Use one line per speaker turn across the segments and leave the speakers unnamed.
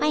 欢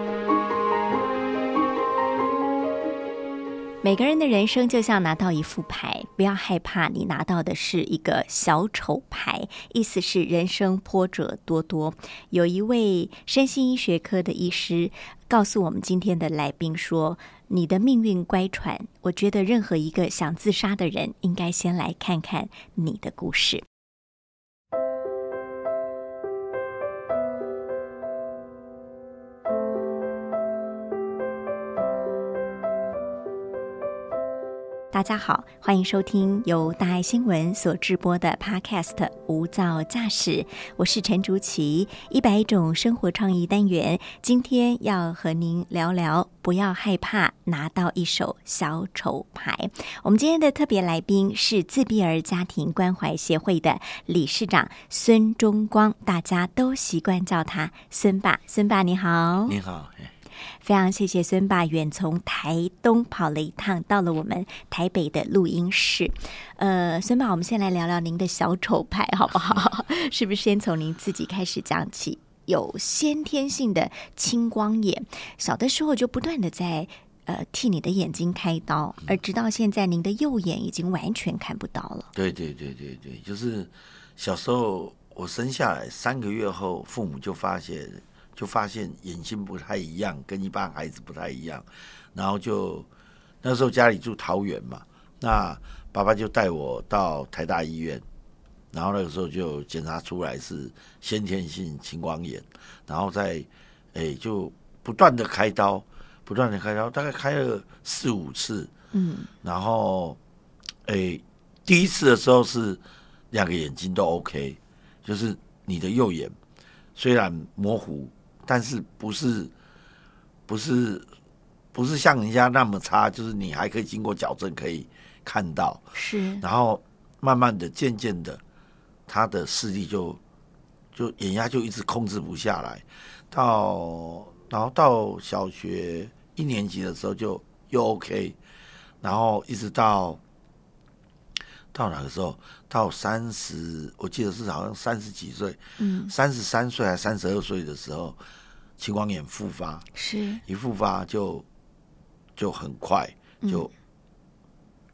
每个人的人生就像拿到一副牌，不要害怕，你拿到的是一个小丑牌，意思是人生波折多多。有一位身心医学科的医师告诉我们今天的来宾说：“你的命运乖舛。”我觉得任何一个想自杀的人，应该先来看看你的故事。大家好，欢迎收听由大爱新闻所制播的 Podcast《无噪驾驶》，我是陈竹琪。一百种生活创意单元，今天要和您聊聊，不要害怕拿到一手小丑牌。我们今天的特别来宾是自闭儿家庭关怀协会的理事长孙中光，大家都习惯叫他孙爸。孙爸你好，
你好，哎
非常谢谢孙爸远从台东跑了一趟，到了我们台北的录音室。呃，孙爸，我们先来聊聊您的小丑牌好不好？ 是不是先从您自己开始讲起？有先天性的青光眼，小的时候就不断的在呃替你的眼睛开刀，而直到现在，您的右眼已经完全看不到了。
对对对对对，就是小时候我生下来三个月后，父母就发现就发现眼睛不太一样，跟一般孩子不太一样，然后就那时候家里住桃园嘛，那爸爸就带我到台大医院，然后那个时候就检查出来是先天性青光眼，然后再哎就不断的开刀，不断的开刀，大概开了四五次，
嗯
然后，诶，第一次的时候是两个眼睛都 OK，就是你的右眼虽然模糊，但是不是不是不是像人家那么差，就是你还可以经过矫正可以看到。
是
然后慢慢的、渐渐的，他的视力就就眼压就一直控制不下来，到然后到小学一年级的时候就又 OK，然后一直到到哪个时候？到三十，我记得是好像三十几岁，
嗯
三十三岁还三十二岁的时候，青光眼复发，
是
一复发就就很快就、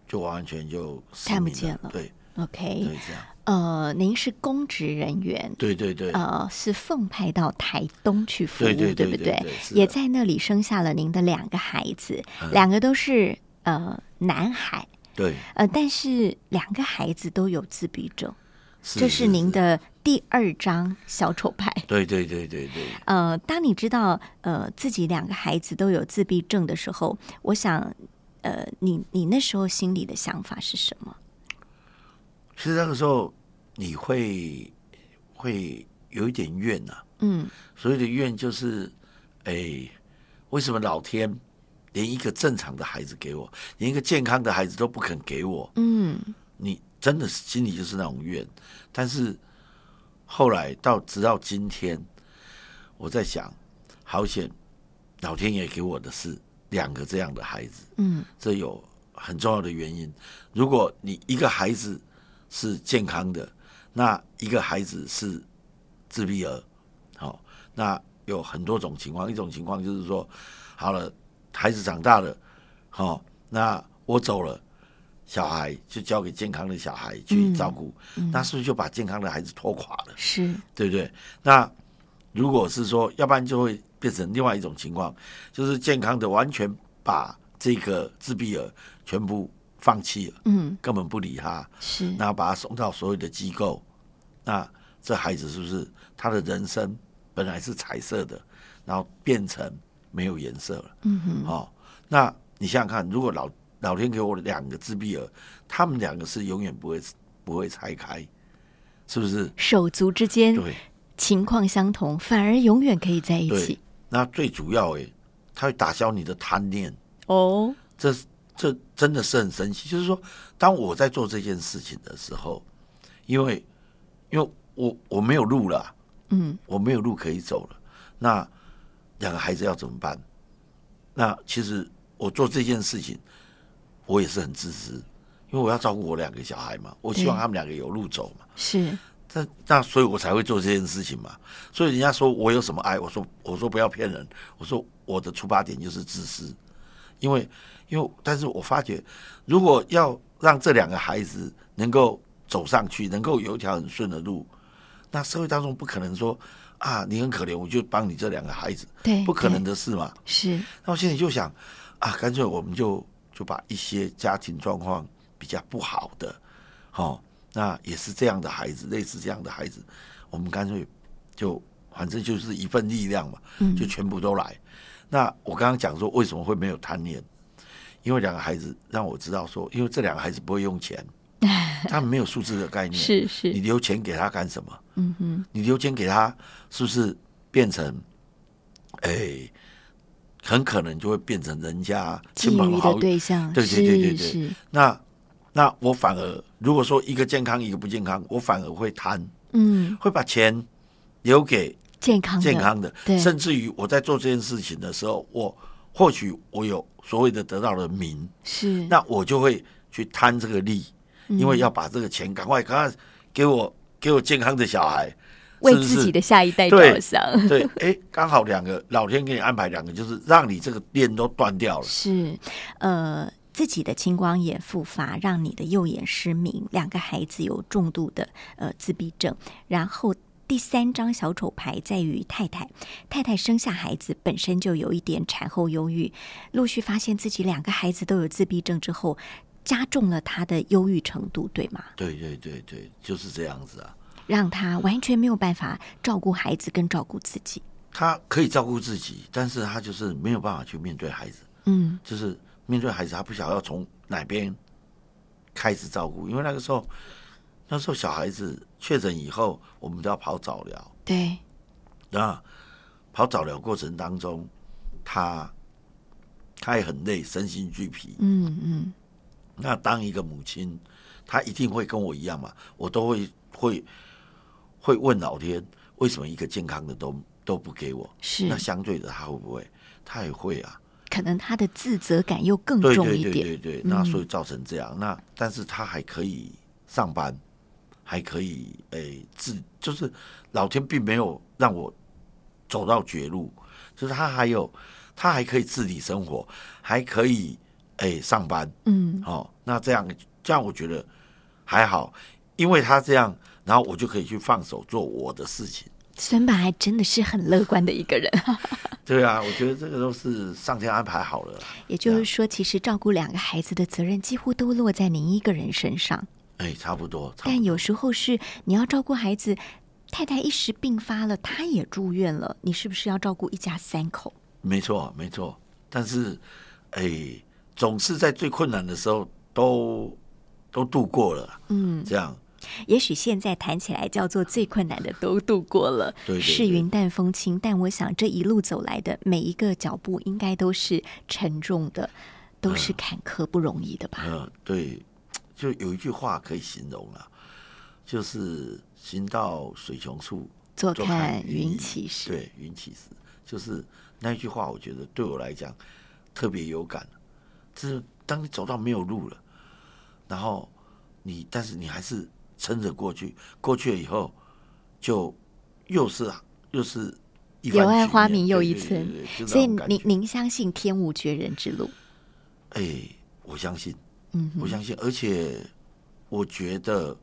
就完全就
嗯
失
看不
明
见了
对
OK，
对，这样，
呃，您是公职人员，
对对对，
呃，是奉派到台东去服务，
对对
不
对对对是的
也在那里生下了您的两个孩子，
嗯
两个都是呃男孩，
对，
呃，但是两个孩子都有自闭症，
是
这是您，的第二张小丑牌。
对对对对对，
呃，当你知道呃自己两个孩子都有自闭症的时候，我想，呃，你你那时候心里的想法是什么？
其实那个时候你会会有一点怨呐、
嗯，
所谓的怨就是，哎，为什么老天连一个正常的孩子给我，连一个健康的孩子都不肯给我？
嗯，
你真的是心里就是那种怨。但是后来到直到今天，我在想，好险，老天爷给我的是两个这样的孩子，
嗯，
这有很重要的原因。如果你一个孩子是健康的，那一个孩子是自闭儿，好、那有很多种情况，一种情况就是说，好了，孩子长大了，好、那我走了。小孩就交给健康的小孩去照顾，那是不是就把健康的孩子拖垮了？
嗯是
对不对？那如果是说，要不然就会变成另外一种情况，就是健康的完全把这个自闭儿全部放弃了，
嗯
根本不理他，
是
那把他送到所有的机构，那这孩子是不是他的人生本来是彩色的，然后变成没有颜色了？
嗯哼
哦，那你想想看，如果老老天给我两个自闭儿，他们两个是永远不会不会拆开，是不是？
手足之间
对
情况相同，反而永远可以在一
对
起。
那最主要诶，它会打消你的贪念，
哦。
这这真的是很神奇。就是说，当我在做这件事情的时候，因为因为我我没有路了，
嗯，
我没有路可以走了，那两个孩子要怎么办？那其实我做这件事情，我也是很自私，因为我要照顾我两个小孩嘛，我希望
对
他们两个有路走嘛。
是
那那所以，我才会做这件事情嘛。所以人家说我有什么爱，我说我说不要骗人，我说我的出发点就是自私，因为因为但是我发觉，如果要让这两个孩子能够走上去，能够有一条很顺的路，那社会当中不可能说啊你很可怜，我就帮你这两个孩子，
对，
不可能嗯
对，
的事嘛。
是
那我心里就想啊，干脆我们就就把一些家庭状况比较不好的，哦，那也是这样的孩子，类似这样的孩子，我们干脆就反正就是一份力量嘛，就全部都来。那我刚刚讲说为什么会没有贪念，因为两个孩子让我知道说，因为这两个孩子不会用钱，他们没有数字的概念，
是
你
是，
留钱给他干什么？
嗯哼，
你留钱给他，是不是变成，哎、很可能就会变成人家
觊
亲朋
觎
好
的
友。
对象，
对对对对对
是是，
那那我反而如果说一个健康一个不健康，我反而会贪，
嗯，
会把钱留给
健康的
健康的，
嗯对
甚至于我在做这件事情的时候，我或许我有所谓的得到了名，
是
那我就会去贪这个利，
嗯
因为要把这个钱赶快赶快给我给我健康的小孩，
为
是不
自
是
己的下一代
对
着想，
对，哎、刚好两个，老天给你安排两个，就是让你这个链都断掉了。
是，呃，自己的青光眼复发，让你的右眼失明，两个孩子有重度的呃自闭症，然后。第三张小丑牌在于太太，太太生下孩子本身就有一点产后忧郁，陆续发现自己两个孩子都有自闭症之后，加重了她的忧郁程度，对吗？
对对对对，就是这样子啊。
让她完全没有办法照顾孩子跟照顾自己。
他可以照顾自己，但是他就是没有办法去面对孩子，
嗯，
就是面对孩子，他不晓得要从哪边开始照顾，因为那个时候，那时候小孩子确诊以后，我们都要跑早疗。
对，
那跑早疗过程当中，他他也很累，身心俱疲。
嗯嗯，
那当一个母亲，她一定会跟我一样嘛，我都会会会问老天，为什么一个健康的都都不给我？
是
那，相对的，他会不会？他也会啊，
可能她的自责感又更
对
重
对
一
对
点。嗯
对对，那所以造成这样。那但是他还可以上班，还可以诶、自就是老天并没有让我走到绝路，就是他还有他还可以自理生活，还可以诶、上班，
嗯，
哦，那这样这样我觉得还好，因为他这样，然后我就可以去放手做我的事情。
孙爸还真的是很乐观的一个人，
对啊，我觉得这个都是上天安排好了啦。
也就是说，其实照顾两个孩子的责任几乎都落在您一个人身上，
哎，差不多，差不
但
多。
有时候是你要照顾孩子，太太一时病发了，她也住院了，你是不是要照顾一家三口？
没错，没错。但是，哎，总是在最困难的时候都都度过了。嗯，这样
也许现在谈起来叫做最困难的都度过了，
对对对
是云淡风轻。但我想这一路走来的每一个脚步，应该都是沉重的，都是坎坷不容易的吧？
呃，对，就有一句话可以形容了、就是“行到水穷处，
坐
坐
看
云
云
起
起时，
对，云起时就是那一句话，我觉得对我来讲特别有感。就是当你走到没有路了，然后你，但是你还是撑着过去，过去了以后，就又是啊又是一番
柳暗
局
花
面
明又
对
一
对
村
对对就那
所以
种感
您
觉
您相信天无绝人之路？
哎、我相信，
嗯
我
哼，
相信，而且我觉得，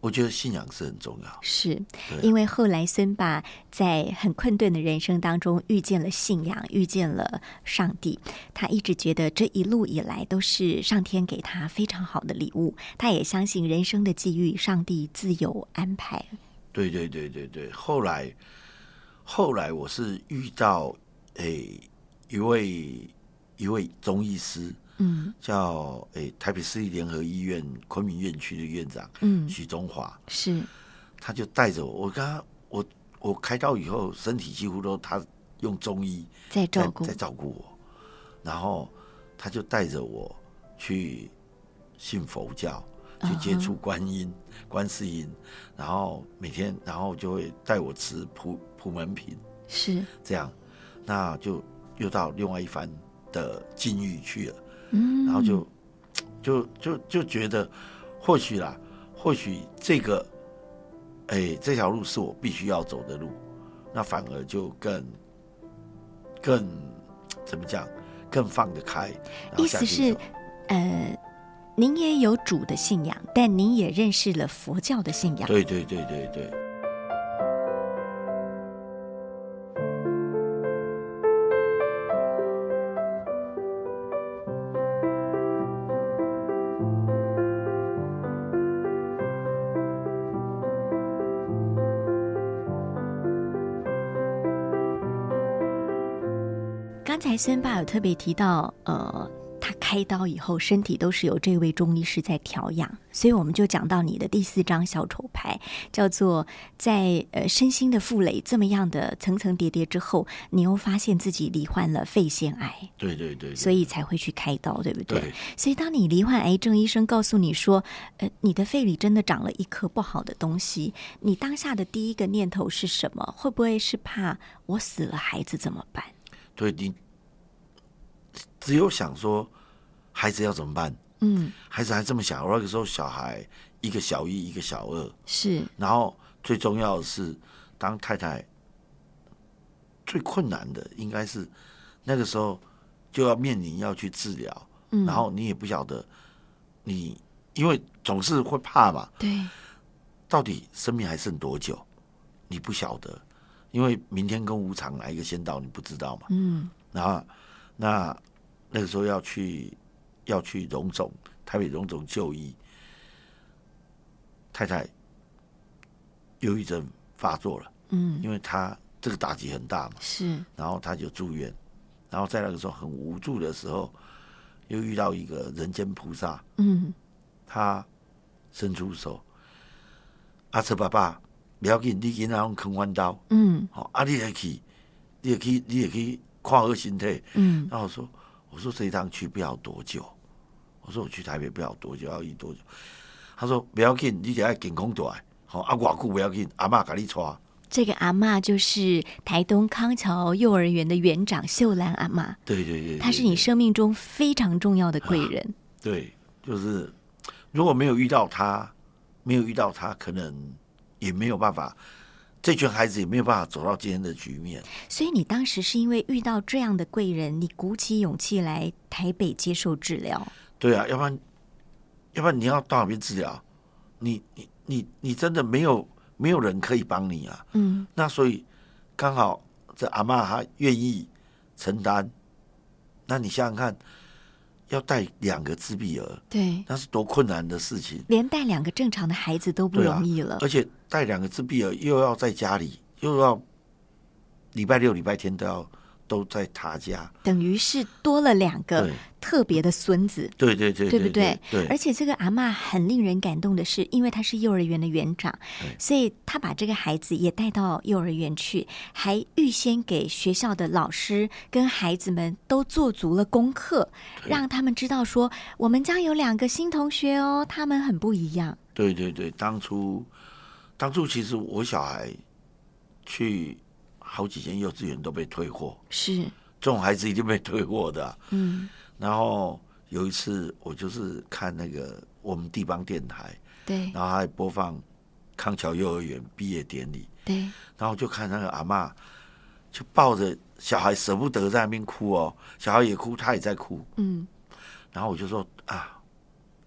我觉得信仰是很重要。
是
对啊
因为后来孙爸在很困顿的人生当中遇见了信仰，遇见了上帝。他一直觉得这一路以来都是上天给他非常好的礼物。他也相信人生的际遇，上帝自有安排。
对对对对对，后来后来我是遇到诶、一位一位中医师，
嗯
叫诶、台北市立联合医院昆明院区的院长
嗯，
许中华，
是
他就带着我，我跟他我我开刀以后，身体几乎都他用中医
在
在
照顾
在，照顾我，然后他就带着我去信佛教，
嗯
去接触观音、观世音，然后每天，然后就会带我吃普普门品，
是
这样，那就又到另外一番的境遇去了，
嗯，
然后就就就就觉得或许啦，或许这个哎、这条路是我必须要走的路，那反而就更更怎么讲更放得开。然后
意
下
思
去
是
走
呃，您也有主的信仰，但您也认识了佛教的信仰。
对对对对对。
刚才孙爸有特别提到，呃，他开刀以后身体都是由这位中医师在调养，所以我们就讲到你的第四张小丑牌，叫做在呃身心的负累这么样的层层叠叠之后，你又发现自己罹患了肺腺癌，
对对对，对
所以才会去开刀，对不对？
对
所以当你罹患癌症，医生告诉你说，呃，你的肺里真的长了一颗不好的东西，你当下的第一个念头是什么？会不会是怕我死了孩子怎么办？
对你只有想说孩子要怎么办，
嗯，
孩子还这么小，那个时候小孩一个小一，一个小二，
是，
然后最重要的是，当太太最困难的应该是那个时候就要面临要去治疗，
嗯，
然后你也不晓得你，因为总是会怕嘛，
对，
到底生命还剩多久，你不晓得，因为明天跟无常哪一个先到，你不知道嘛。
嗯，
然后那那个时候要去要去荣总台北荣总就医，太太忧郁症发作了，
嗯，
因为她这个打击很大嘛，
是，
然后她就住院，然后在那个时候很无助的时候，又遇到一个人间菩萨，
嗯，
他伸出手，阿车爸爸，不要紧，你囡仔用啃弯刀，
嗯，
好、啊，你也去，你也去，你也去看好身体。
嗯，
然后我说，我说这一趟去不了多久，我说我去台北不了多久，要一多久？他说不要紧，你得要健康大的，好、啊，偌久不要紧，阿嬷给你带。
这个阿嬷就是台东康桥幼儿园的园长秀兰阿嬷，
对对对对啊
她是你生命中非常重要的贵人。
对，就是如果没有遇到他，没有遇到他，可能也没有办法，这群孩子也没有办法走到今天的局面。
所以你当时是因为遇到这样的贵人，你鼓起勇气来台北接受治疗。
对啊，要不然，要不然你要到哪边治疗？你你你你真的没有没有人可以帮你啊。
嗯
那所以刚好这阿嬷她愿意承担，那你想想看，要带两个自闭儿，，
对，
那是多困难的事情。
连带两个正常的孩子都不
对啊
容易了。
而且带两个自闭儿又要在家里，又要礼拜六、礼拜天都要都在他家。
等于是多了两个
对
特别的孙子，
对对对
对不
对
对？
对
而且这个阿嬷很令人感动的是，因为她是幼儿园的园长，
对
所以她把这个孩子也带到幼儿园去，还预先给学校的老师跟孩子们都做足了功课，
对
让他们知道说，我们将有两个新同学哦，他们很不一样。
对对对，当初当初其实我小孩去好几间幼稚园都被退货，
是，
这种孩子一定被退货的啊、
嗯，
然后有一次我就是看那个我们地方电台，
对
然后还播放康桥幼儿园毕业典礼，
对，
然后就看那个阿嬷就抱着小孩舍不得在那边哭哦，小孩也哭，他也在哭，
嗯
然后我就说啊，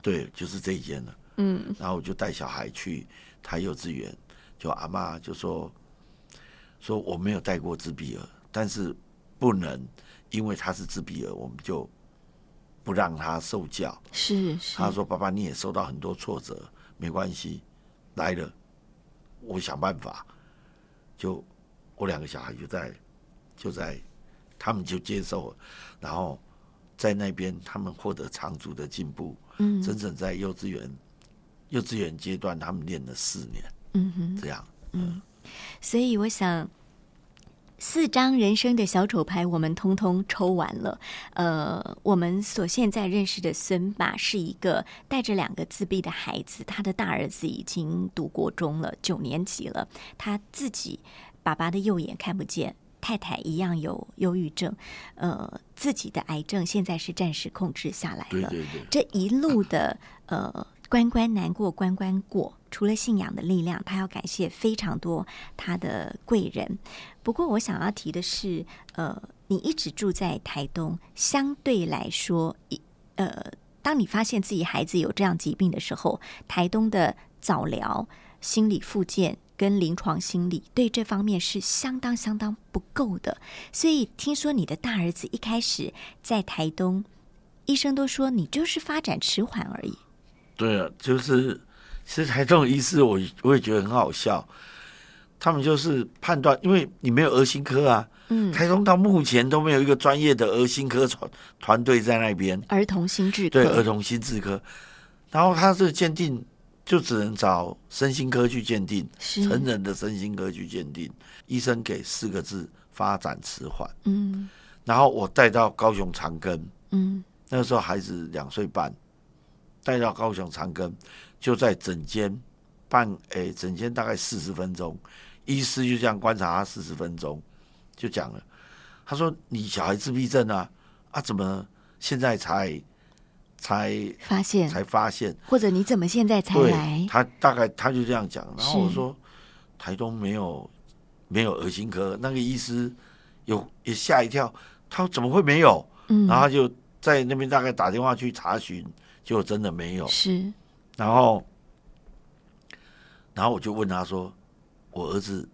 对，就是这一间了。
嗯
然后我就带小孩去台幼稚园，就阿妈就说说我没有带过自闭儿，但是不能因为他是自闭儿，我们就不让他受教。
是是
他说：“爸爸，你也受到很多挫折，没关系，来了，我想办法。”就我两个小孩就在就在，他们就接受了，然后在那边他们获得长足的进步。
嗯
整整在幼稚园幼稚园阶段，他们练了四年，
嗯哼。
这样
所以我想，四张人生的小丑牌我们通通抽完了。呃，我们所现在认识的孙爸是一个带着两个自闭的孩子，他的大儿子已经读国中了，九年级了，他自己爸爸的右眼看不见。太太一样有忧郁症，呃，自己的癌症现在是暂时控制下来
对
了。
对对，
这一路的呃关关难过关关过，除了信仰的力量，他要感谢非常多他的贵人。不过我想要提的是，呃，你一直住在台东，相对来说，一呃，当你发现自己孩子有这样疾病的时候，台东的早疗、心理复健。跟临床心理对这方面是相当相当不够的，所以听说你的大儿子一开始在台东医生都说你就是发展迟缓而已。
对啊，就是其实台中的医师我，我也觉得很好笑。他们就是判断，因为你没有儿心科啊，
嗯，
台中到目前都没有一个专业的儿心科团团队在那边，
儿童心智
对
科，
儿童心智科。然后他这个鉴定就只能找身心科去鉴定，
是
成人的身心科去鉴定。医生给四个字：发展迟缓。
嗯
然后我带到高雄长庚，
嗯
那时候孩子两岁半，带到高雄长庚，就在诊间半诶，诊间大概四十分钟，医师就这样观察他四十分钟，就讲了，他说你小孩自闭症啊，啊怎么现在才才
发现，
才发现？
或者你怎么现在才
对
来，？
他大概他就这样讲，然后我
是
说台东没有没有儿心科，那个医师有也吓一跳，他说怎么会没有？
嗯，
然后他就在那边大概打电话去查询，结果真的没有。
是
然后，然后我就问他说：“我儿子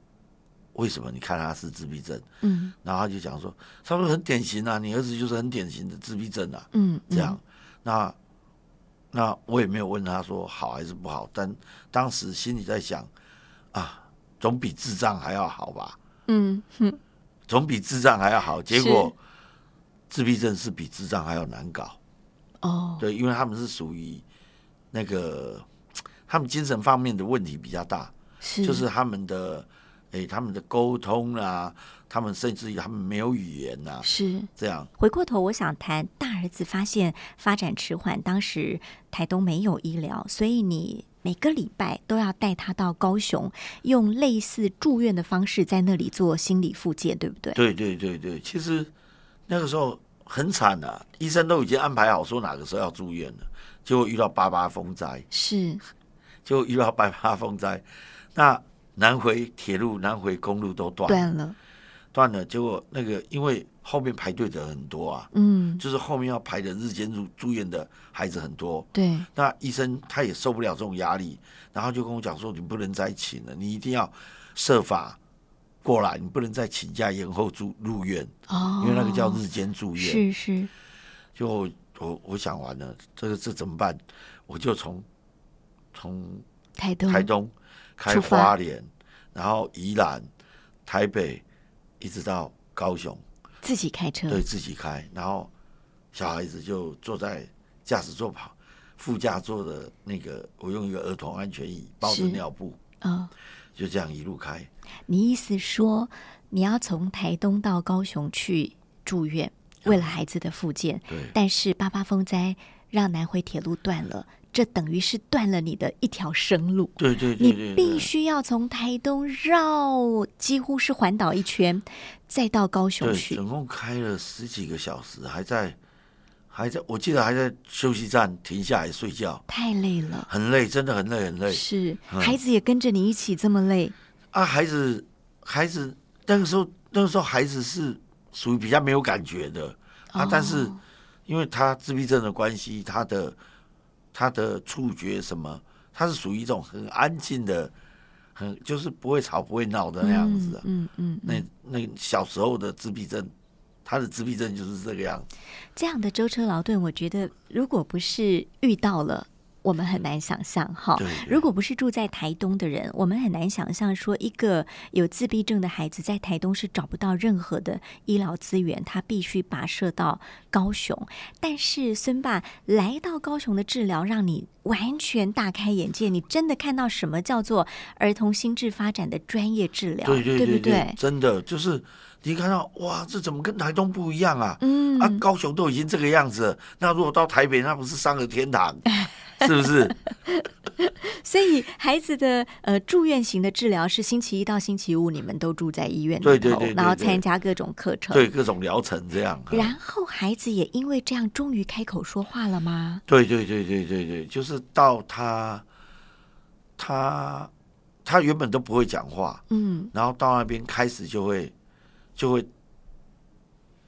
为什么你看他是自闭症
嗯？”
然后他就讲说：“他说很典型啊，你儿子就是很典型的自闭症啊。
嗯”
这样，那那我也没有问他说好还是不好，但当时心里在想啊，总比智障还要好吧，
嗯嗯
总比智障还要好。结
是
果自闭症是比智障还要难搞。
哦
对，因为他们是属于那个他们精神方面的问题比较大，
是
就是他们的诶、他们的沟通啊，他们甚至于他们没有语言呐、
是。
这样
回过头，我想谈大儿子发现发展迟缓，当时台东没有医疗，所以你每个礼拜都要带他到高雄，用类似住院的方式在那里做心理复健，对不对？
对对对对，其实那个时候很惨啊，医生都已经安排好说哪个时候要住院了，结果遇到八八风灾，
是，
结果遇到八八风灾，那南回铁路、南回公路都断了
断了，
断了，结果那个因为后面排队的很多啊，
嗯，
就是后面要排的日间住住院的孩子很多，
对，
那医生他也受不了这种压力，然后就跟我讲说，你不能再请了，你一定要设法过来，你不能再请假延后住入院，
哦，
因为那个叫日间住院。
是是，
就我我我想完了，这个这怎么办？我就从从
台东，
台东开
出发
花莲，然后宜兰、台北，一直到高雄。
自己开车，
对自己开，然后小孩子就坐在驾驶座旁副驾座的那个，我用一个儿童安全椅包着
是
尿布，
嗯，
就这样一路开。
你意思说你要从台东到高雄去住院，为了孩子的复健，
对
但是八八风灾让南回铁路断了，这等于是断了你的一条生路。
对对对
你
对
必
对，
须要从台东绕，几乎是环岛一圈，再到高雄
对，
去。
总共开了十几个小时，还在还在，我记得还在休息站停下来睡觉，
太累了，
很累，真的很累很累
是孩子也跟着你一起这么累，
啊！孩子孩子那个时候那个时候孩子是属于比较没有感觉的啊，
哦
但是因为他自闭症的关系，他的他的触觉什么，他是属于一种很安静的，很就是不会吵不会闹的那样子、啊。
嗯嗯，嗯
那那小时候的自闭症，他的自闭症就是这个样子。
这样的舟车劳顿，我觉得如果不是遇到了。我们很难想象哈
对，对
如果不是住在台东的人，我们很难想象说一个有自闭症的孩子在台东是找不到任何的医疗资源，他必须跋涉到高雄。但是孙爸来到高雄的治疗，让你完全大开眼界，你真的看到什么叫做儿童心智发展的专业治疗，
对对
不
对，真的就是你看到哇，这怎么跟台东不一样啊？
嗯
啊，高雄都已经这个样子了，那如果到台北，那不是上了 天堂，是不是？
所以孩子的呃住院型的治疗是星期一到星期五你们都住在医院里头，
对对对对
然后
对
参加各种课程。
对，各种疗程这样。啊
然后孩子也因为这样，终于开口说话了吗？
对对对对对对，就是到他，他，他原本都不会讲话，
嗯
然后到那边开始就会，就会，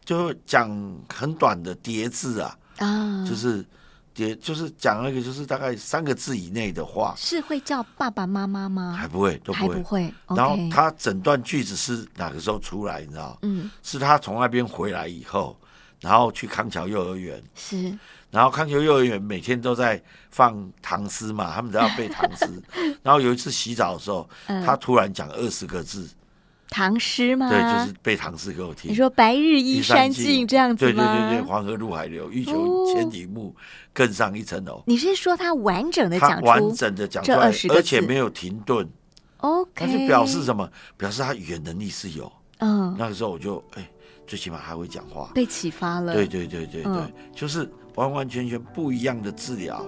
就会讲很短的叠字啊，
啊，
就是叠，就是讲那个就是大概三个字以内的话，
是会叫爸爸妈妈
还
吗？
不会，都
哦还
不
不
会。
会。
然后
OK
他整段句子是哪个时候出来？你知道，
嗯
是他从那边回来以后，然后去康桥幼儿园，
是
然后康桥幼儿园每天都在放唐诗嘛，他们都要背唐 诗。然后有一次洗澡的时候，
嗯
他突然讲二十个字，
唐诗吗？
对，就是背唐诗给我
嗯
听
你。说“白日依山尽”这样子
对对
吗？哦
对对，黄河入海流，欲穷千里目，更上一层楼。
你是说他完整的
他
讲
完
出
整的讲出
这
来
20，个
而且
字
没有停顿，那
？OK，
就表示什么？表示他语言能力是有。
嗯
那个时候我就哎，最起码还会讲话。
被启发了。
对对对对对
嗯，
就是完完全全不一样的治疗。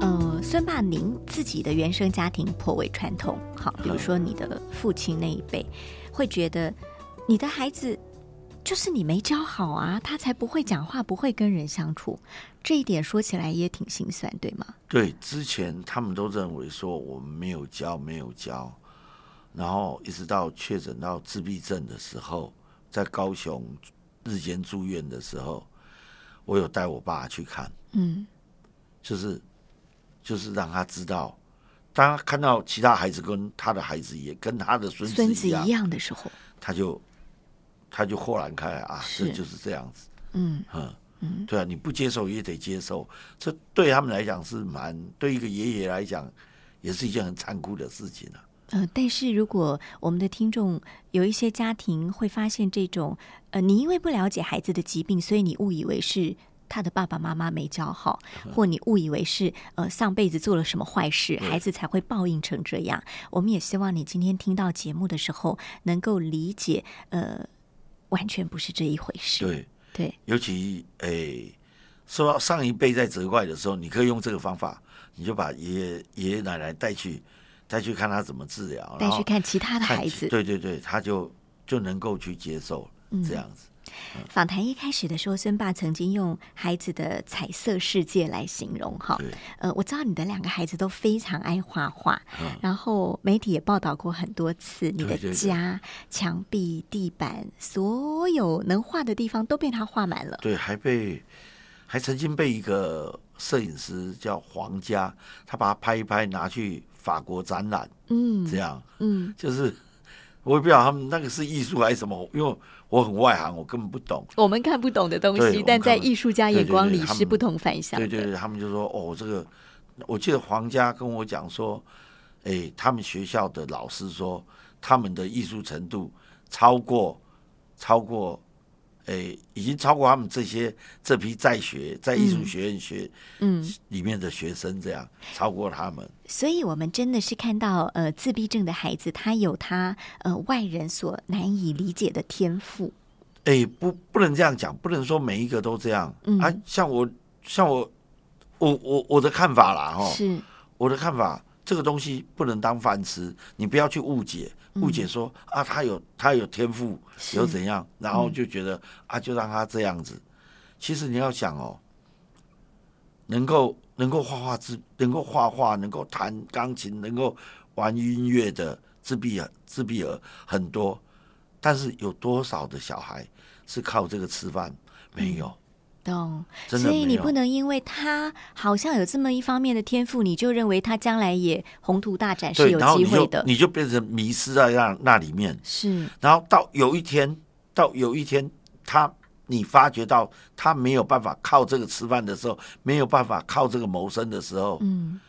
呃，孙爸，您自己的原生家庭颇为传统，好，比如说你的父亲那一辈，会觉得你的孩子就是你没教好啊，他才不会讲话，不会跟人相处，这一点说起来也挺心酸，对吗？
对，之前他们都认为说我们没有教，没有教，然后一直到确诊到自闭症的时候，在高雄日间住院的时候，我有带我爸去看，
嗯
就是就是让他知道，当他看到其他孩子跟他的孩子也跟他的孙
孙
子
子
一
一
样，
样的时候，
他就他就豁然开来啊，
是
这就是这样子，
嗯
嗯。
嗯
对啊，你不接受也得接受，这对他们来讲是蛮，对一个爷爷来讲也是一件很残酷的事情啊。
呃，但是如果我们的听众有一些家庭会发现这种，呃，你因为不了解孩子的疾病，所以你误以为是。他的爸爸妈妈没教好，
嗯
或你误以为是呃上辈子做了什么坏事，
对
孩子才会报应成这样。我们也希望你今天听到节目的时候，能够理解，呃，完全不是这一回事。
对，
对
尤其诶、受到上一辈在责怪的时候，你可以用这个方法，你就把爷爷爷爷奶奶带去，带去看他怎么治疗，
带
然
去
后
看其他的
看
孩
起
子，嗯
对对对，他就就能够去接受这样
哦
子。
访谈一开始的时候，孙爸曾经用孩子的彩色世界来形容哈
对。
呃，我知道你的两个孩子都非常爱画画，
嗯
然后媒体也报道过很多次，你的
对对
家、墙壁、地板，所有能画的地方都被他画满了。
对，还被还曾经被一个摄影师叫黄家，他把它拍一拍拿去法国展览，
嗯
这样。
嗯，
就是我也不知道他们那个是艺术还是什么，因为我很外行，我根本不懂。
我们看不懂的东
对我
西，
们
但在
看不
艺术家
对
眼
对
光
对
里
他
是
们
不同凡响
对
的。
对对，他们就说哦，这个我记得黄家跟我讲说，哎，他们学校的老师说他们的艺术程度超过超过。哎，已经超过他们这些这批在学在艺术学院学
嗯，
里面的学生，这样、超过他们。
所以，我们真的是看到，呃，自闭症的孩子，他有他呃外人所难以理解的天赋。
哎，不，不能这样讲，不能说每一个都这样。
嗯
啊，像我，像我，我我我的看法啦，哈，
是，
我的看法，这个东西不能当饭吃，你不要去误解，误
嗯
解说、啊，他有他有天赋，
是嗯
有怎样，然后就觉得、啊，就让他这样子。其实你要想哦，能够能够画画自，能够画画，能够弹钢琴，能够玩音乐的自闭儿自闭儿很多，但是有多少的小孩是靠这个吃饭？没有，
懂，
真
嗯
的
所以
没
你
有
不能因为他好像有这么一方面的天赋，你就认为他将来也宏图大展是
对，
有
然后
机
你
会
就
的。
你就变成迷失在那那里面。
是，
然后到有一天，到有一天他你发觉到他没有办法靠这个吃饭的时候，没有办法靠这个谋生的时候，
嗯，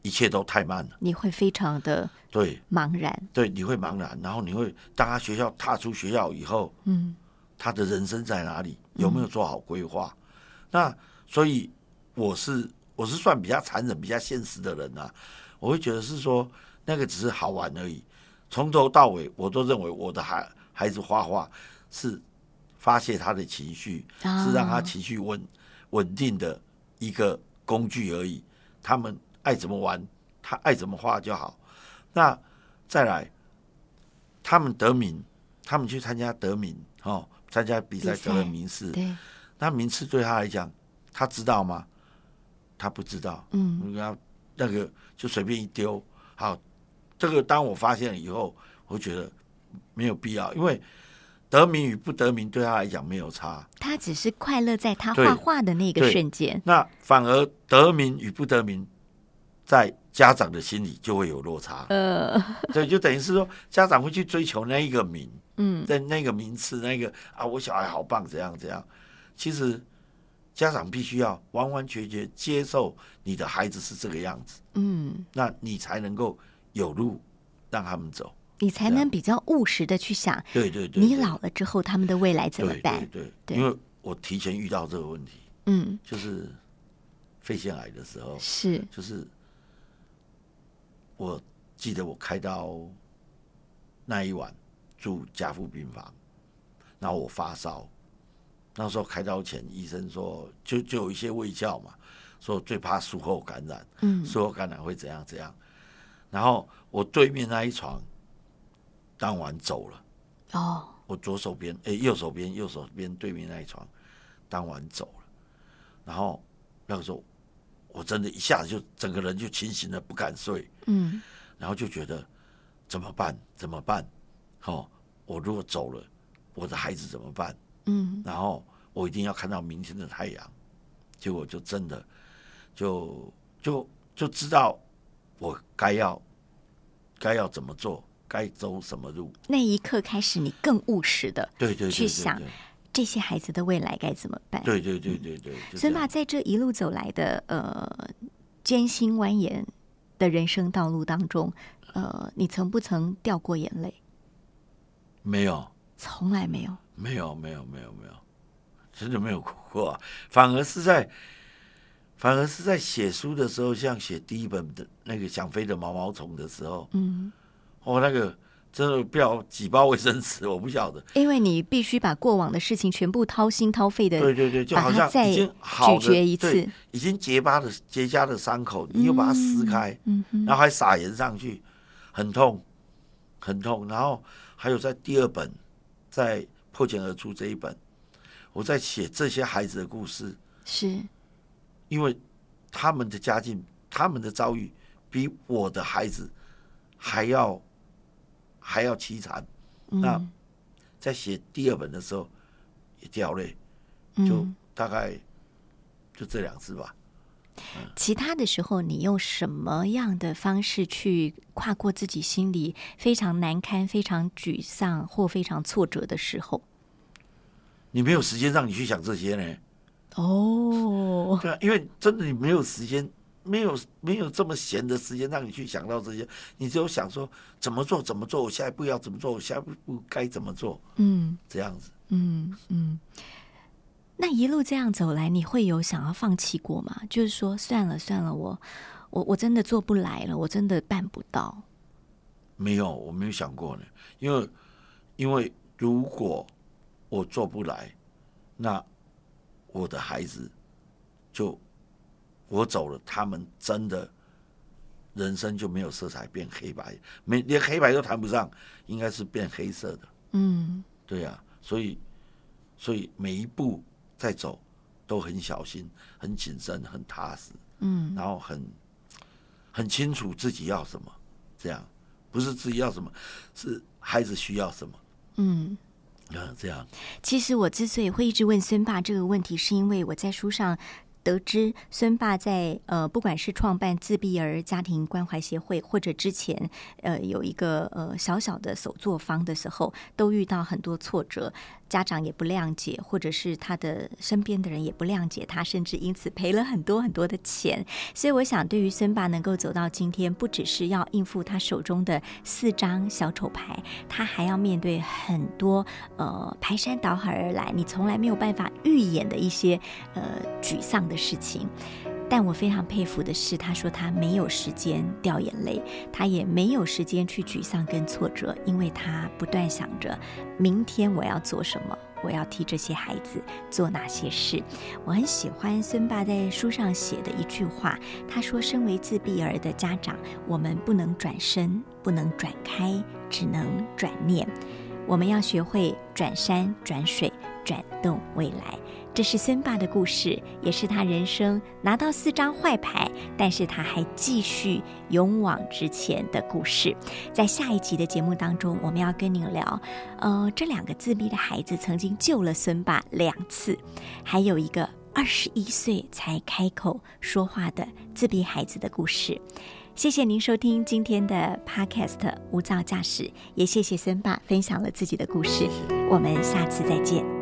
一切都太慢了。
你会非常的
对
茫然，
对，你会茫然，然后你会当他学校踏出学校以后，
嗯，
他的人生在哪里，有没有做好规划？那所以我是我是算比较残忍、比较现实的人啊，我会觉得是说那个只是好玩而已，从头到尾我都认为我的孩孩子画画是发泄他的情绪，
啊
是让他情绪稳稳定的一个工具而已。他们爱怎么玩，他爱怎么画就好。那再来，他们得名，他们去参加得名哦，参加比赛
比赛
得了名次。
对，
那名次对他来讲，他知道吗？他不知道。
嗯，
我跟他那个就随便一丢。好，这个当我发现了以后，我觉得没有必要，因为得名与不得名对他来讲没有差。
他只是快乐在他
对
画画的那个
对
瞬间，
那反而得名与不得名，在家长的心里就会有落差。
呃，
对，就等于是说，家长会去追求那一个名，
嗯，
在那个名次，那个啊，我小孩好棒，怎样怎样。其实家长必须要完完全全接受你的孩子是这个样子，
嗯，
那你才能够有路让他们走。
你才
对啊
能比较务实的去想，
对对对，
你
对
老了之后他们的未来怎么
对
办？
对对，
对
因为我提前遇到这个问题，
嗯，
就是肺腺癌的时候，
是，
就是我记得我开刀那一晚住加护病房，然后我发烧，那时候开刀前医生说就就有一些胃教嘛，说最怕术后感染，
嗯，
术后感染会怎样怎样，然后我对面那一床当晚走了，
哦，
我左手边诶、右手边右手边对面那一床当晚走了，然后那个时候我真的一下子就整个人就清醒了，不敢睡，
嗯，
然后就觉得怎么办？怎么办？哦，我如果走了，我的孩子怎么办？
嗯，
然后我一定要看到明天的太阳。结果就真的就就就知道我该要该要怎么做，该走什么路。
那一刻开始，你更务实的
对对对对
去想
对
这些孩子的未来该怎么办？
对对对对对，就
孙
这
爸
样
在这一路走来的呃艰辛蜿蜒的人生道路当中，呃，你曾不曾掉过眼泪？
没有
从来没有。
没有没有没有没有，真的没有哭过、啊，反而是在反而是在写书的时候，像写第一本的那个想飞的毛毛虫的时候，
嗯，
哦，那个真的不要几包卫生纸，我不晓得，
因为你必须把过往的事情全部掏心掏肺的，
对对对，就
把
好
它
像
再
已经好的
咀嚼一次
对已经结疤的结痂的伤口，你又把它撕开，
嗯哼，
然后还撒盐上去，很痛，很痛。然后还有在第二本，在破茧而出这一本，我在写这些孩子的故事，
是
因为他们的家境、他们的遭遇比我的孩子还要还要凄惨。那
嗯
在写第二本的时候也掉泪，就
嗯，
大概就这两次吧。
其他的时候，你用什么样的方式去跨过自己心里非常难堪、非常沮丧或非常挫折的时候？
你没有时间让你去想这些呢，
哦，
对啊，因为真的你没有时间，没有没有这么闲的时间让你去想到这些，你只有想说怎么做怎么做，我下一步要怎么做，我下一步该怎么做
嗯。
这样子。
嗯，嗯，那一路这样走来，你会有想要放弃过吗？就是说，算了算了，我我我真的做不来了，我真的办不到。
没有，我没有想过呢，因为因为如果我做不来，那我的孩子就我走了，他们真的人生就没有色彩，变黑白，没连黑白都谈不上，应该是变黑色的，
嗯
对呀、所以所以每一步在走都很小心、很谨慎、很踏实。
嗯
然后很很清楚自己要什么，这样不是自己要什么，是孩子需要什么，
嗯。
嗯，这样
其实我之所以会一直问孙爸这个问题，是因为我在书上得知孙爸在呃，不管是创办自闭儿家庭关怀协会，或者之前呃有一个呃小小的手作坊的时候，都遇到很多挫折，家长也不谅解，或者是他的身边的人也不谅解他，甚至因此赔了很多很多的钱。所以我想，对于孙爸能够走到今天，不只是要应付他手中的四张小丑牌，他还要面对很多呃排山倒海而来，你从来没有办法预演的一些呃沮丧的事情。但我非常佩服的是，他说他没有时间掉眼泪，他也没有时间去沮丧跟挫折，因为他不断想着明天我要做什么，我要替这些孩子做哪些事。我很喜欢孙爸在书上写的一句话，他说：“身为自闭儿的家长，我们不能转身，不能转开，只能转念。我们要学会转山、转水、转动未来。”这是森爸的故事，也是他人生拿到四张坏牌，但是他还继续勇往直前的故事。在下一集的节目当中，我们要跟您聊，呃，这两个自闭的孩子曾经救了孙爸两次，还有一个二十一岁才开口说话的自闭孩子的故事。谢谢您收听今天的 Podcast《无噪驾驶》，也谢谢森爸分享了自己的故事。
谢谢
我们下次再见。